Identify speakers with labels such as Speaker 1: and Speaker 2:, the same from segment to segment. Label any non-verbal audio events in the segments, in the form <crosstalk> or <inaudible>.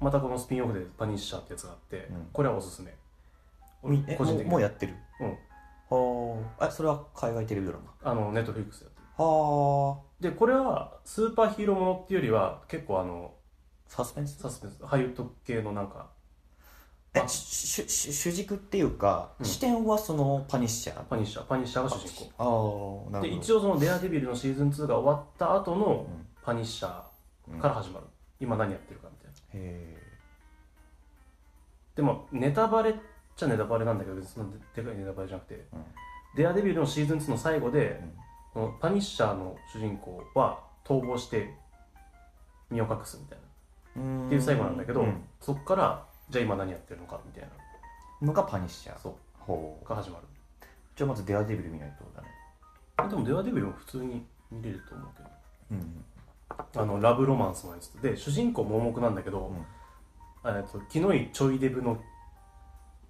Speaker 1: またこのスピンオフでパニッシャーってやつがあって、
Speaker 2: うん
Speaker 1: これはおすすめ
Speaker 2: みえ
Speaker 1: 個人的に
Speaker 2: もうもうやってる
Speaker 1: うん
Speaker 2: はあえそれは海外テレビドラマ
Speaker 1: あのネットフリックスでやって
Speaker 2: はあ
Speaker 1: るでこれはスーパーヒーローものっていうよりは結構あの
Speaker 2: サスペンス
Speaker 1: サスペンスハリウッド系のなんか
Speaker 2: え
Speaker 1: あ
Speaker 2: ししし主軸っていうか、
Speaker 1: うん
Speaker 2: 視点はそのパニッシャー
Speaker 1: パニッシャーパニッシャーが主人
Speaker 2: ああーな
Speaker 1: 公で
Speaker 2: るほど
Speaker 1: 一応そのデアデビルのシーズン2が終わった後の
Speaker 2: うん
Speaker 1: パニッシャ
Speaker 2: うん
Speaker 1: ーから始まる、今何やってるかみたいな
Speaker 2: へえ
Speaker 1: でもネタバレっちゃネタバレなんだけど別にそのでかいネタバレじゃなくて、
Speaker 2: うん
Speaker 1: デアデビルのシーズン2の最後で、
Speaker 2: うん
Speaker 1: このパニッシャーの主人公は逃亡して身を隠すみたいな
Speaker 2: うん
Speaker 1: っていう最後なんだけど、
Speaker 2: うん
Speaker 1: そっからじゃあ今何やってるのかみたいな
Speaker 2: のがパニッシャー
Speaker 1: そう
Speaker 2: ほう
Speaker 1: が始まる
Speaker 2: じゃあまずデアデビル見ないとだね
Speaker 1: えでもデアデビルも普通に見れると思うけど
Speaker 2: うん
Speaker 1: あのラブロマンスのやつで主人公盲目なんだけど、えっと昨日ちょいデブの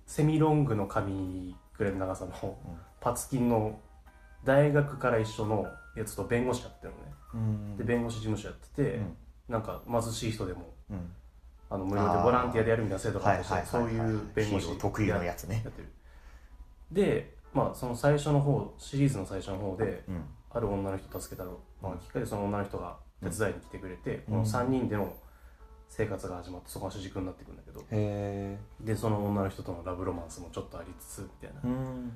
Speaker 1: セミロングの髪くらいの長さの
Speaker 2: うん
Speaker 1: パツキンの大学から一緒のやつと弁護士やってるのね
Speaker 2: うん
Speaker 1: で弁護士事務所やってて、
Speaker 2: うん
Speaker 1: なんか貧しい人でも
Speaker 2: うん
Speaker 1: あの無料でボランティアでやるみたいな制度があってそういう弁護
Speaker 2: ヒーロ
Speaker 1: 士
Speaker 2: ー得意のやつね
Speaker 1: やってるでまあその最初の方シリーズの最初の方で
Speaker 2: うん
Speaker 1: ある女の人を助けたのがきっかけでその女の人が手伝いに来てくれて、こ
Speaker 2: うん
Speaker 1: の3人での生活が始まってそこが主軸になっていくんだけど
Speaker 2: へ
Speaker 1: でその女の人とのラブロマンスもちょっとありつつみたいな
Speaker 2: えうん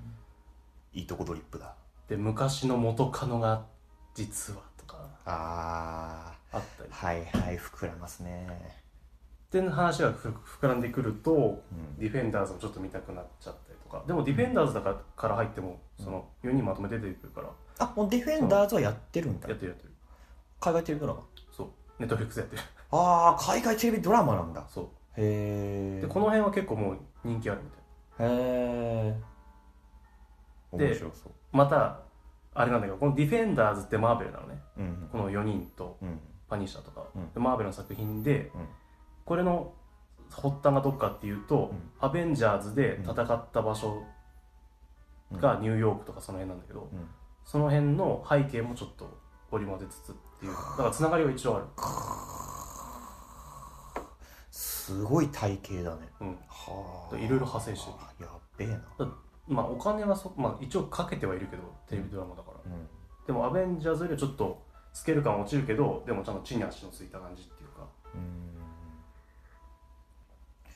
Speaker 2: いいとこドリップだ
Speaker 1: で昔の元カノが実はとか
Speaker 2: あ
Speaker 1: あったり
Speaker 2: ーはいはい膨らますね
Speaker 1: で話がふ膨らんでくると
Speaker 2: うん
Speaker 1: ディフェンダーズもちょっと見たくなっちゃったりとかでもディフェンダーズだからから入ってもその4人まとめて出てくるから
Speaker 2: あもうディフェンダーズはやってるんだ
Speaker 1: やってるやってる
Speaker 2: 海外テレビドラマ
Speaker 1: そうネットフリックスや
Speaker 2: <laughs>
Speaker 1: ってる
Speaker 2: ああ海外テレビドラマなんだ
Speaker 1: そ
Speaker 2: へ
Speaker 1: う
Speaker 2: え
Speaker 1: でこの辺は結構もう人気あるみたい
Speaker 2: へえ
Speaker 1: で
Speaker 2: 面白そう
Speaker 1: なまたあれなんだけどこのディフェンダーズってマーベルなのね
Speaker 2: うん
Speaker 1: この4人と
Speaker 2: うん
Speaker 1: パニッシャーとか、
Speaker 2: うん
Speaker 1: でマーベルの作品で、
Speaker 2: うん
Speaker 1: これの発端がどっかっていうと、
Speaker 2: うん
Speaker 1: アベンジャーズで戦った場所
Speaker 2: うん
Speaker 1: がニューヨークとかその辺なんだけど、
Speaker 2: うん
Speaker 1: その辺の背景もちょっと織り交ぜつつっていうだからつながりは一応ある、
Speaker 2: すごい体型だね
Speaker 1: うん
Speaker 2: は
Speaker 1: でいろいろ派生して
Speaker 2: るやっべえな
Speaker 1: まあ、お金はそ、まあ、一応かけてはいるけどテレビドラマだから、
Speaker 2: うん
Speaker 1: でもアベンジャーズよりはちょっとスケール感落ちるけどでもちゃんと地に足のついた感じっていうか
Speaker 2: うん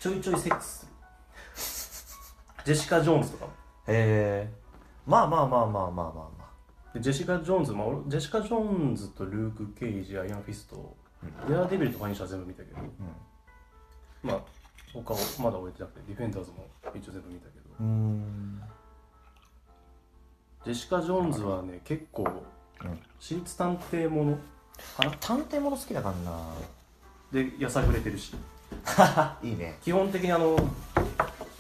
Speaker 1: ちょいちょいセックスする
Speaker 2: <laughs>
Speaker 1: ジェシカ・ジョーンズとかも
Speaker 2: へえまあまあまあまあまあまあまあ
Speaker 1: でジェシカ・ジョーンズ、まあ、俺ジェシカ・ジョーンズとルーク・ケイジアイアン・フィスト
Speaker 2: うん
Speaker 1: デアデビルとパニッシャー全部見たけど
Speaker 2: うん
Speaker 1: まあ他をまだ終えてなくてディフェンダーズも一応全部見たけど
Speaker 2: うーん
Speaker 1: ジェシカ・ジョーンズはね結構
Speaker 2: うん
Speaker 1: 私立探偵ものかな
Speaker 2: 探偵もの好きだから
Speaker 1: <laughs>
Speaker 2: な
Speaker 1: でやさぐれてるし
Speaker 2: あいいね
Speaker 1: 基本的にあの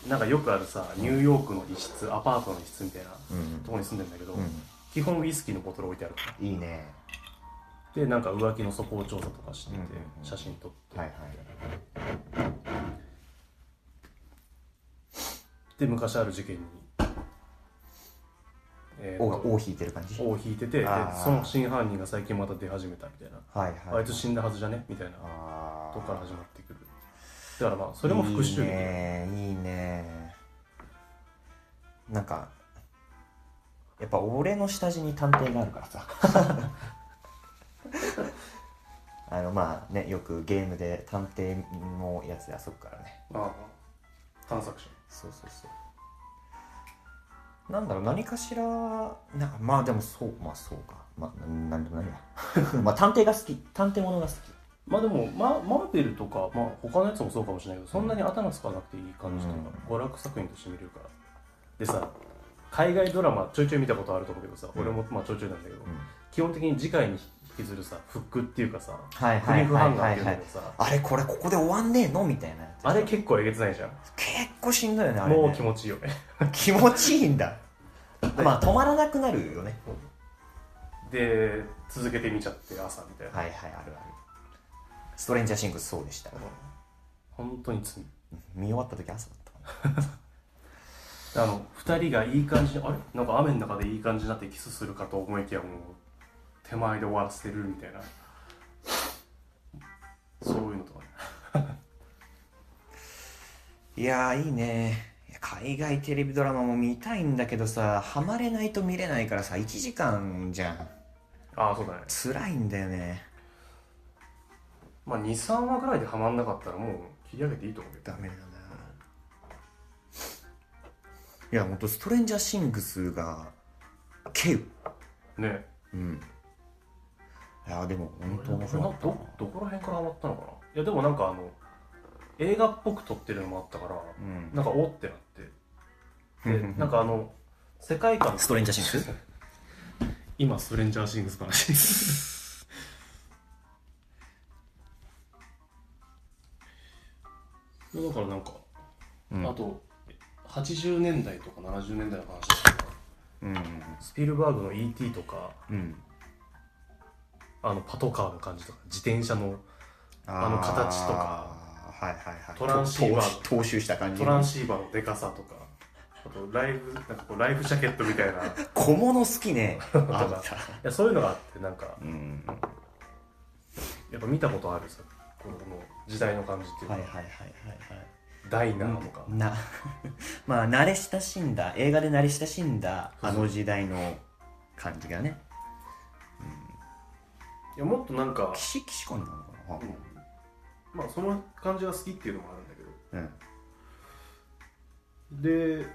Speaker 1: なんかよくあるさニューヨークの一室アパートの一室みたいな
Speaker 2: うん
Speaker 1: とこに住んでんだけど、
Speaker 2: う
Speaker 1: 基本ウイスキーのボトル置いてあるから
Speaker 2: んいいね
Speaker 1: でなんか浮気の素行調査とかしてて、
Speaker 2: うんうんうん
Speaker 1: 写真撮って、
Speaker 2: はいはい
Speaker 1: で昔ある事件に、えー
Speaker 2: 尾が
Speaker 1: と
Speaker 2: 尾を引いてる感じ
Speaker 1: 尾を引いててで
Speaker 2: あー
Speaker 1: その真犯人が最近また出始めたみたいな、
Speaker 2: はいは
Speaker 1: あ
Speaker 2: い
Speaker 1: いつ死んだはずじゃねみたいな
Speaker 2: あー
Speaker 1: とこから始まってくるだからまあそれも復讐
Speaker 2: いい
Speaker 1: 劇
Speaker 2: ねいいねなんかやっぱ俺の下地に探偵があるからさあのまあねよくゲームで探偵のやつで遊ぶからね
Speaker 1: ああ探索者
Speaker 2: そうそうそうなんだろう何かしらなんかまあでもそうまあそうかまあなんなんでもないわ <laughs> まあ探偵が好き探偵ものが好き
Speaker 1: まあでも、ま、マーベルとか、まあ、他のやつもそうかもしれないけどそんなに頭使わなくていい感じというか、娯楽作品として見れるからでさ海外ドラマちょいちょい見たことあると思うけどさ、
Speaker 2: うん
Speaker 1: 俺もまあちょいちょいなんだけど、
Speaker 2: ん
Speaker 1: 基本的に次回に引きずるさフックっていうかさ
Speaker 2: はい
Speaker 1: クリフハンガーっていうんだけどさ、
Speaker 2: あれこれここで終わんねえのみたいなやつ
Speaker 1: あれ結構えげつないじゃん、
Speaker 2: 結構しんどいよねあれね
Speaker 1: もう気持ちいいよね
Speaker 2: 気持ちいいんだまあ止まらなくなるよね
Speaker 1: で続けて見ちゃって朝みたいな、
Speaker 2: はいはいあるあるストレンジャーシングスそうでした
Speaker 1: 本当に罪
Speaker 2: 見終わった時朝だった
Speaker 1: あの2人がいい感じにあれなんか雨の中でいい感じになってキスするかと思いきやもう手前で終わらせてるみたいなそういうのとかね
Speaker 2: いやーいいねいや海外テレビドラマも見たいんだけどさハマれないと見れないからさ1時間じゃん
Speaker 1: ああそうだね
Speaker 2: 辛いんだよね
Speaker 1: まあ23話ぐらいでハマんなかったらもう切り上げていいと思うけど
Speaker 2: ダメだな。いや、ほんと、ストレンジャーシングスが、けう。
Speaker 1: ね
Speaker 2: うん。いや、でも、ほんと面白かったな
Speaker 1: ど。どこら辺からハマったのかないやでもなんかあの映画っぽく撮ってるのもあったから
Speaker 2: うん。
Speaker 1: なんかおってな <laughs> ってでなんかあの世界観
Speaker 2: ストレンジャーシングス
Speaker 1: 今ストレンジャーシングスかない <laughs> やだからなんか、
Speaker 2: うん
Speaker 1: あと80年代とか70年代の話だから
Speaker 2: うん。
Speaker 1: スピルバーグの E.T. とか
Speaker 2: うん。
Speaker 1: あのパトカーの感じとか自転車のあの
Speaker 2: ー
Speaker 1: 形とか
Speaker 2: はいはいはい。
Speaker 1: トランシーバー
Speaker 2: と踏襲踏襲した感じ。
Speaker 1: トランシーバーのでかさとかあとライフなんかこうライフジャケットみたい <laughs> ない
Speaker 2: 小物好
Speaker 1: <laughs>
Speaker 2: きね。あ
Speaker 1: だ
Speaker 2: んた。
Speaker 1: やそういうのがあってなんか
Speaker 2: うん。
Speaker 1: やっぱ見たことあるさこのこの時代の感じっていうか、
Speaker 2: はいはいはいはいはい。
Speaker 1: ダイナーとか、
Speaker 2: な <laughs> まあ慣れ親しんだ映画で慣れ親しんだ
Speaker 1: そう
Speaker 2: あ
Speaker 1: そう
Speaker 2: の時代の感じがね
Speaker 1: いやもっとなんか
Speaker 2: キ、シキシ感なのか
Speaker 1: まあその感じが好きっていうのもあるんだけど
Speaker 2: な、うん、
Speaker 1: で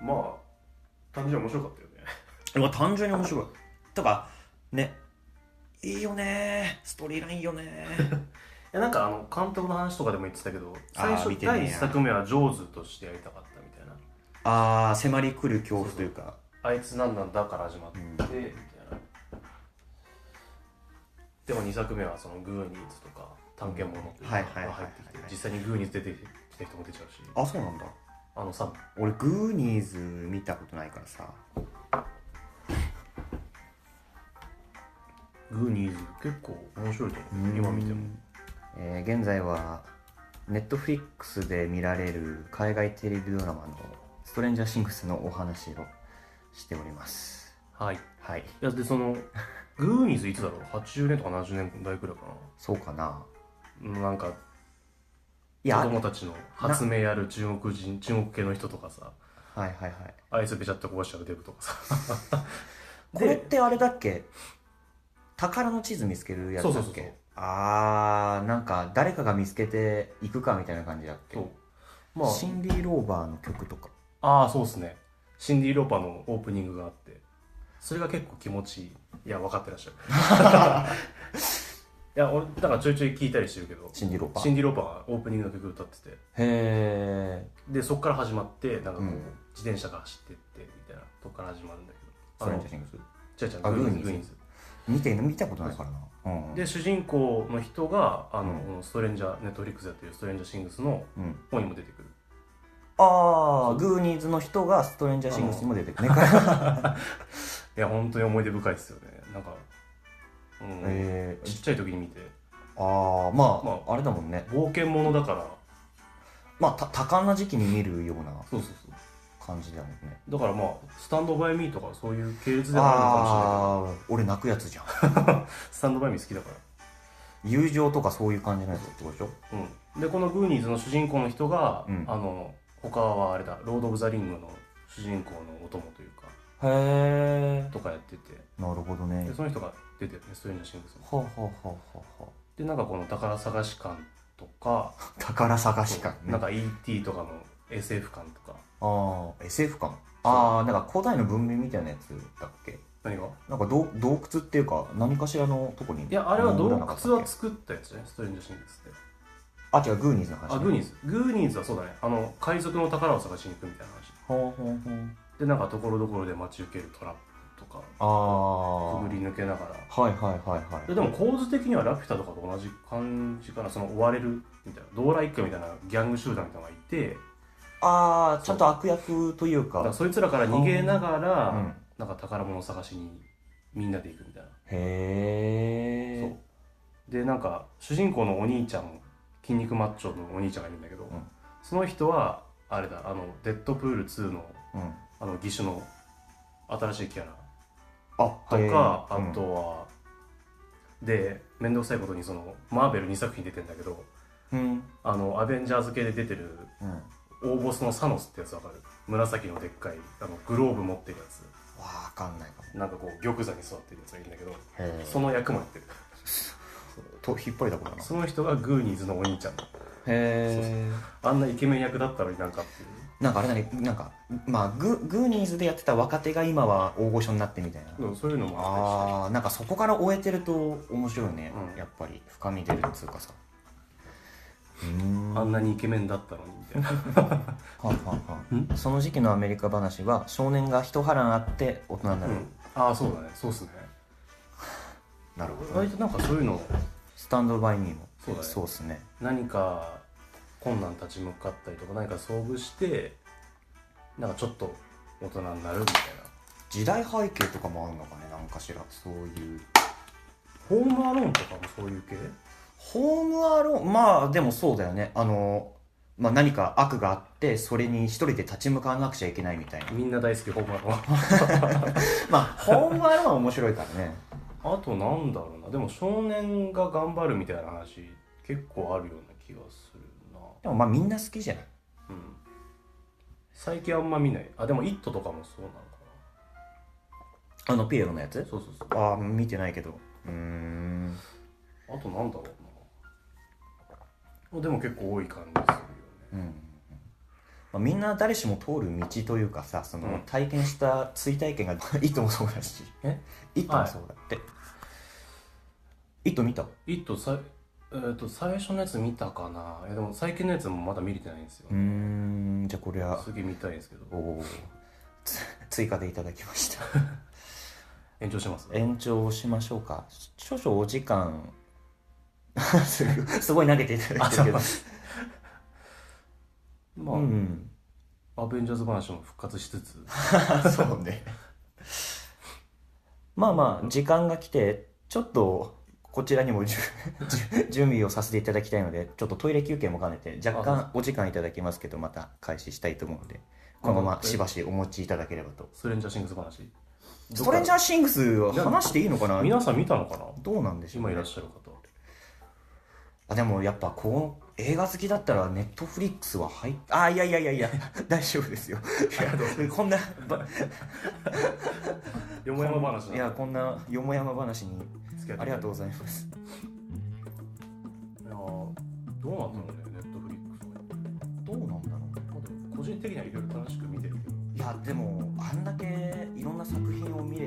Speaker 1: まあ単純に面白か <laughs> ったよね
Speaker 2: うわ単純に面白いとかねいいよねストーリーラインいい
Speaker 1: <laughs>
Speaker 2: よね
Speaker 1: いやなんかあの監督の話とかでも言ってたけど
Speaker 2: あー
Speaker 1: 最初
Speaker 2: 見てねえや
Speaker 1: 第1作目はジョーズとしてやりたかったみたいな
Speaker 2: ああ迫り来る恐怖というか
Speaker 1: あいつなんなんだから始まって、
Speaker 2: うん
Speaker 1: みたいなでも2作目はそのグーニーズとか探検者というか
Speaker 2: はいはいはいはい
Speaker 1: 入ってきて実際にグーニーズ出てきた人も出ちゃうし
Speaker 2: あそうなんだ
Speaker 1: あのさ
Speaker 2: 俺グーニーズ見たことないからさ
Speaker 1: グーニーズ結構面白いと思う今見ても
Speaker 2: えー現在はネットフリックスで見られる海外テレビドラマの「ストレンジャーシングス」のお話をしております
Speaker 1: はいい
Speaker 2: はい
Speaker 1: やでそのグーニーズいつだろう80年とか70年代くらいか
Speaker 2: そうかな
Speaker 1: ななんか
Speaker 2: いや
Speaker 1: 子
Speaker 2: あ
Speaker 1: 供たちの発明やる中国人中国系の人とかさ
Speaker 2: はいはいはい
Speaker 1: アイスべちゃっとこぼしちゃうデブとかさ
Speaker 2: <laughs> これってあれだっけ宝の地図見つけるやつだっけ
Speaker 1: そうそうそうそう
Speaker 2: あーなんか誰かが見つけていくかみたいな感じだっけ
Speaker 1: そうまあ
Speaker 2: シンディ・ローバーの曲とか
Speaker 1: ああそうですねシンディ・ローパーのオープニングがあってそれが結構気持ちいいいや分かってらっしゃる
Speaker 2: <laughs>
Speaker 1: いや俺だからちょいちょい聞いたりしてるけど
Speaker 2: シンディ・ローバ
Speaker 1: シ
Speaker 2: ー
Speaker 1: ンディ・ローパーがオープニングの曲歌ってて
Speaker 2: へ
Speaker 1: でそっから始まってなんかこう、
Speaker 2: うん
Speaker 1: 自転車が走ってってみたいなとこから始まるんだ
Speaker 2: ー
Speaker 1: け
Speaker 2: スト
Speaker 1: ど
Speaker 2: レ
Speaker 1: あの
Speaker 2: ンジャーシングス
Speaker 1: 違う違う
Speaker 2: あ
Speaker 1: グー
Speaker 2: グーニ
Speaker 1: ニ
Speaker 2: ー
Speaker 1: ー
Speaker 2: ズ
Speaker 1: ズグーニーズ
Speaker 2: 見て見たことないからなうん
Speaker 1: で主人公の人があの、
Speaker 2: うん
Speaker 1: このストレンジャーネットフリックスやってるストレンジャーシングスの
Speaker 2: うん
Speaker 1: 本にも出てくる
Speaker 2: ああグーニーズの人がストレンジャーシングスにも出てくるね
Speaker 1: <laughs> いや本当に思い出深いですよねなんか、うん
Speaker 2: え
Speaker 1: ちっちゃい時に見て
Speaker 2: ー、ああまあ、
Speaker 1: ま
Speaker 2: あ、れだもんね
Speaker 1: 冒険者だから
Speaker 2: まあた多感な時期に見るような
Speaker 1: そうそうそう
Speaker 2: 感じだもんね
Speaker 1: だからまあスタンドバイミーとかそういう系列ではあるのかもしれない
Speaker 2: ああ俺泣くやつじゃん
Speaker 1: けどスタンドバイミー好きだか
Speaker 2: 友情とかそういう感じのやつってことでしょ
Speaker 1: らうんでこのグーニーズの主人公の人が、
Speaker 2: うん
Speaker 1: あの他はあれだロード・オブ・ザ・リングの主人公のお供というか
Speaker 2: へえ
Speaker 1: とかやってて
Speaker 2: なるほどね
Speaker 1: でその人が出てるねストレンジャーシングスに
Speaker 2: はあ、はあはあはあは
Speaker 1: でなんかこの宝探し感とか
Speaker 2: あ、宝探し感、ね、
Speaker 1: なんか E.T. とかの SF 感とか
Speaker 2: ああ SF 感ああなんか古代の文明みたいなやつだっけ
Speaker 1: 何が
Speaker 2: なんかどう洞窟っていうか何かしらのとこに
Speaker 1: いやあれは洞
Speaker 2: 潜ら
Speaker 1: 窟
Speaker 2: なかったっ
Speaker 1: は
Speaker 2: け
Speaker 1: 作ったやつねストレンジャーシングスって
Speaker 2: あ違うグーニーズの話、ね、
Speaker 1: あグーニーズグーニーズはそうだねあの海賊の宝を探しに行くみたいな話
Speaker 2: ほうほうほう
Speaker 1: でなんかところどころで待ち受けるトラップとか
Speaker 2: あ
Speaker 1: くぐり抜けながら
Speaker 2: あはいはいはいはい
Speaker 1: ででも構図的にはラピュタとかと同じ感じかなその追われるみたいな道来一家みたいなギャング集団みたいなのがいて
Speaker 2: ああちゃんと悪役という
Speaker 1: だ
Speaker 2: か
Speaker 1: からそいつらから逃げながら、
Speaker 2: うん
Speaker 1: なんか宝物を探しにみんなで行くみたいな、
Speaker 2: へえ
Speaker 1: そうでなんか主人公のお兄ちゃん筋肉マッチョのお兄ちゃんがいるんだけど、
Speaker 2: ん
Speaker 1: その人はあれだあのデッドプール2の
Speaker 2: うん
Speaker 1: あの義手の新しいキャラ
Speaker 2: あ
Speaker 1: と
Speaker 2: へー
Speaker 1: か、
Speaker 2: うん
Speaker 1: あとは、で面倒くさいことにそのマーベル2作品出てんだけど
Speaker 2: うん
Speaker 1: あのアベンジャーズ系で出てる
Speaker 2: うん
Speaker 1: 大
Speaker 2: わ
Speaker 1: ボスのサノスってやつわかる紫のでっかいあのグローブ持ってるやつ
Speaker 2: あわかんないかも
Speaker 1: なんかこう玉座に座ってるやつがいるんだけど
Speaker 2: へえ
Speaker 1: その役もやってる
Speaker 2: と引っ張りだこだなへ
Speaker 1: その人がグーニーズのお兄ちゃん
Speaker 2: え
Speaker 1: あんなイケメン役だったのになんかっていう
Speaker 2: なんかあれだねなんかまあググーニーズでやってた若手が今は大御所になってみたいな、
Speaker 1: うんそういうのもあっ
Speaker 2: あーなんかそこから終えてると面白いね、
Speaker 1: うん
Speaker 2: やっぱり深み出るっつうかさうー
Speaker 1: た
Speaker 2: ん
Speaker 1: りしてあんなにイケメンだったのにみたいな
Speaker 2: はんはんはん
Speaker 1: ん
Speaker 2: その時期のアメリカ話は少年が一波乱あって大人にな
Speaker 1: う
Speaker 2: る、
Speaker 1: んああそうだねそうっすね
Speaker 2: なるほどね、
Speaker 1: 割となんかそういうの
Speaker 2: スタンドバイミーも
Speaker 1: そうだね
Speaker 2: そうっすね
Speaker 1: 何か困難立ち向かったりとか何か遭遇してなんかちょっと大人になるみたいな
Speaker 2: 時代背景とかもあるのかねなんかしらそういう
Speaker 1: ホームアローンとかもそういう系
Speaker 2: ホームアローンまあでもそうだよねあの、まあ、何か悪があってそれに一人で立ち向かわなくちゃいけないみたい <laughs> な
Speaker 1: みんな大好きホームアローン
Speaker 2: まあホームアローンは面白いからね
Speaker 1: あとなんだろうなでも少年が頑張るみたいな話結構あるような気がするな
Speaker 2: でもまあみんな好きじゃない
Speaker 1: うん最近あんま見ないあでも「イット!」とかもそうなのか
Speaker 2: あのピエロのやつ
Speaker 1: なそうそうそう
Speaker 2: ああ見てないけどうーん
Speaker 1: あとなんだろうなあでも結構多い感じするよね
Speaker 2: うんまあみんな誰しも通る道というかさその体験した追体験が <laughs> 「イット!」もそうだし
Speaker 1: え
Speaker 2: 「イット!」もそうだって「イット!」見た
Speaker 1: 「イット!さい」えー、と最初のやつ見たかないやでも最近のやつもまだ見れてないんですよ
Speaker 2: うーんじゃあこれは
Speaker 1: 次見たいんですけど
Speaker 2: おおつ追加でいただきました <laughs>
Speaker 1: 延長します
Speaker 2: 延長しましょうか少々お時間 <laughs> すごいすごい投げていただいてるけど
Speaker 1: あまあ、
Speaker 2: うん
Speaker 1: アベンジャーズ話も復活しつつ <laughs>
Speaker 2: そうね。まあまあ、時間が来て、ちょっと、こちらにもじゅ <laughs> 準備をさせていただきたいので、ちょっとトイレ休憩も兼ねて、若干お時間いただきますけど、また開始したいと思うので、このまましばしお持ちいただければと。
Speaker 1: ストレンジャーシングス話
Speaker 2: ストレンジャーシングスは話していいのかな
Speaker 1: 皆さん見たのかな
Speaker 2: どうなんでしょう
Speaker 1: 今い
Speaker 2: ね
Speaker 1: らっしゃる
Speaker 2: <laughs>
Speaker 1: 方
Speaker 2: あでもやっぱこう映画好きだったらネットフリックスは入っあいやいやいやいや <laughs> 大丈夫ですよいやこんな
Speaker 1: よもやま話
Speaker 2: いやこんなよもやま話に
Speaker 1: 付き合って
Speaker 2: ありがとうございます
Speaker 1: いやーどうなったのねネットフリックスは
Speaker 2: どうなんだろう
Speaker 1: まあでも個人的にはいろいろ楽しく見てるけど
Speaker 2: いやでもあんだけいろんな作品を見れて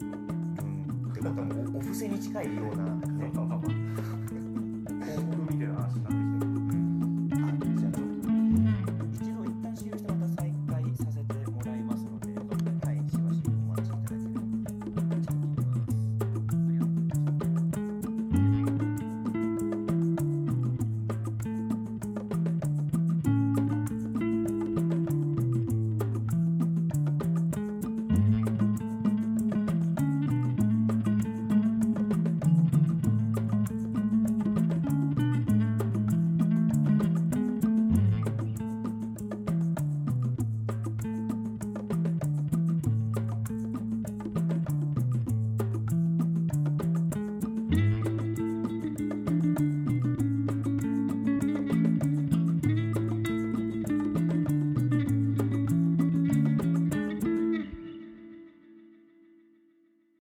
Speaker 2: うんってことはもうおお布施に近いような、ね
Speaker 1: まあまあまあ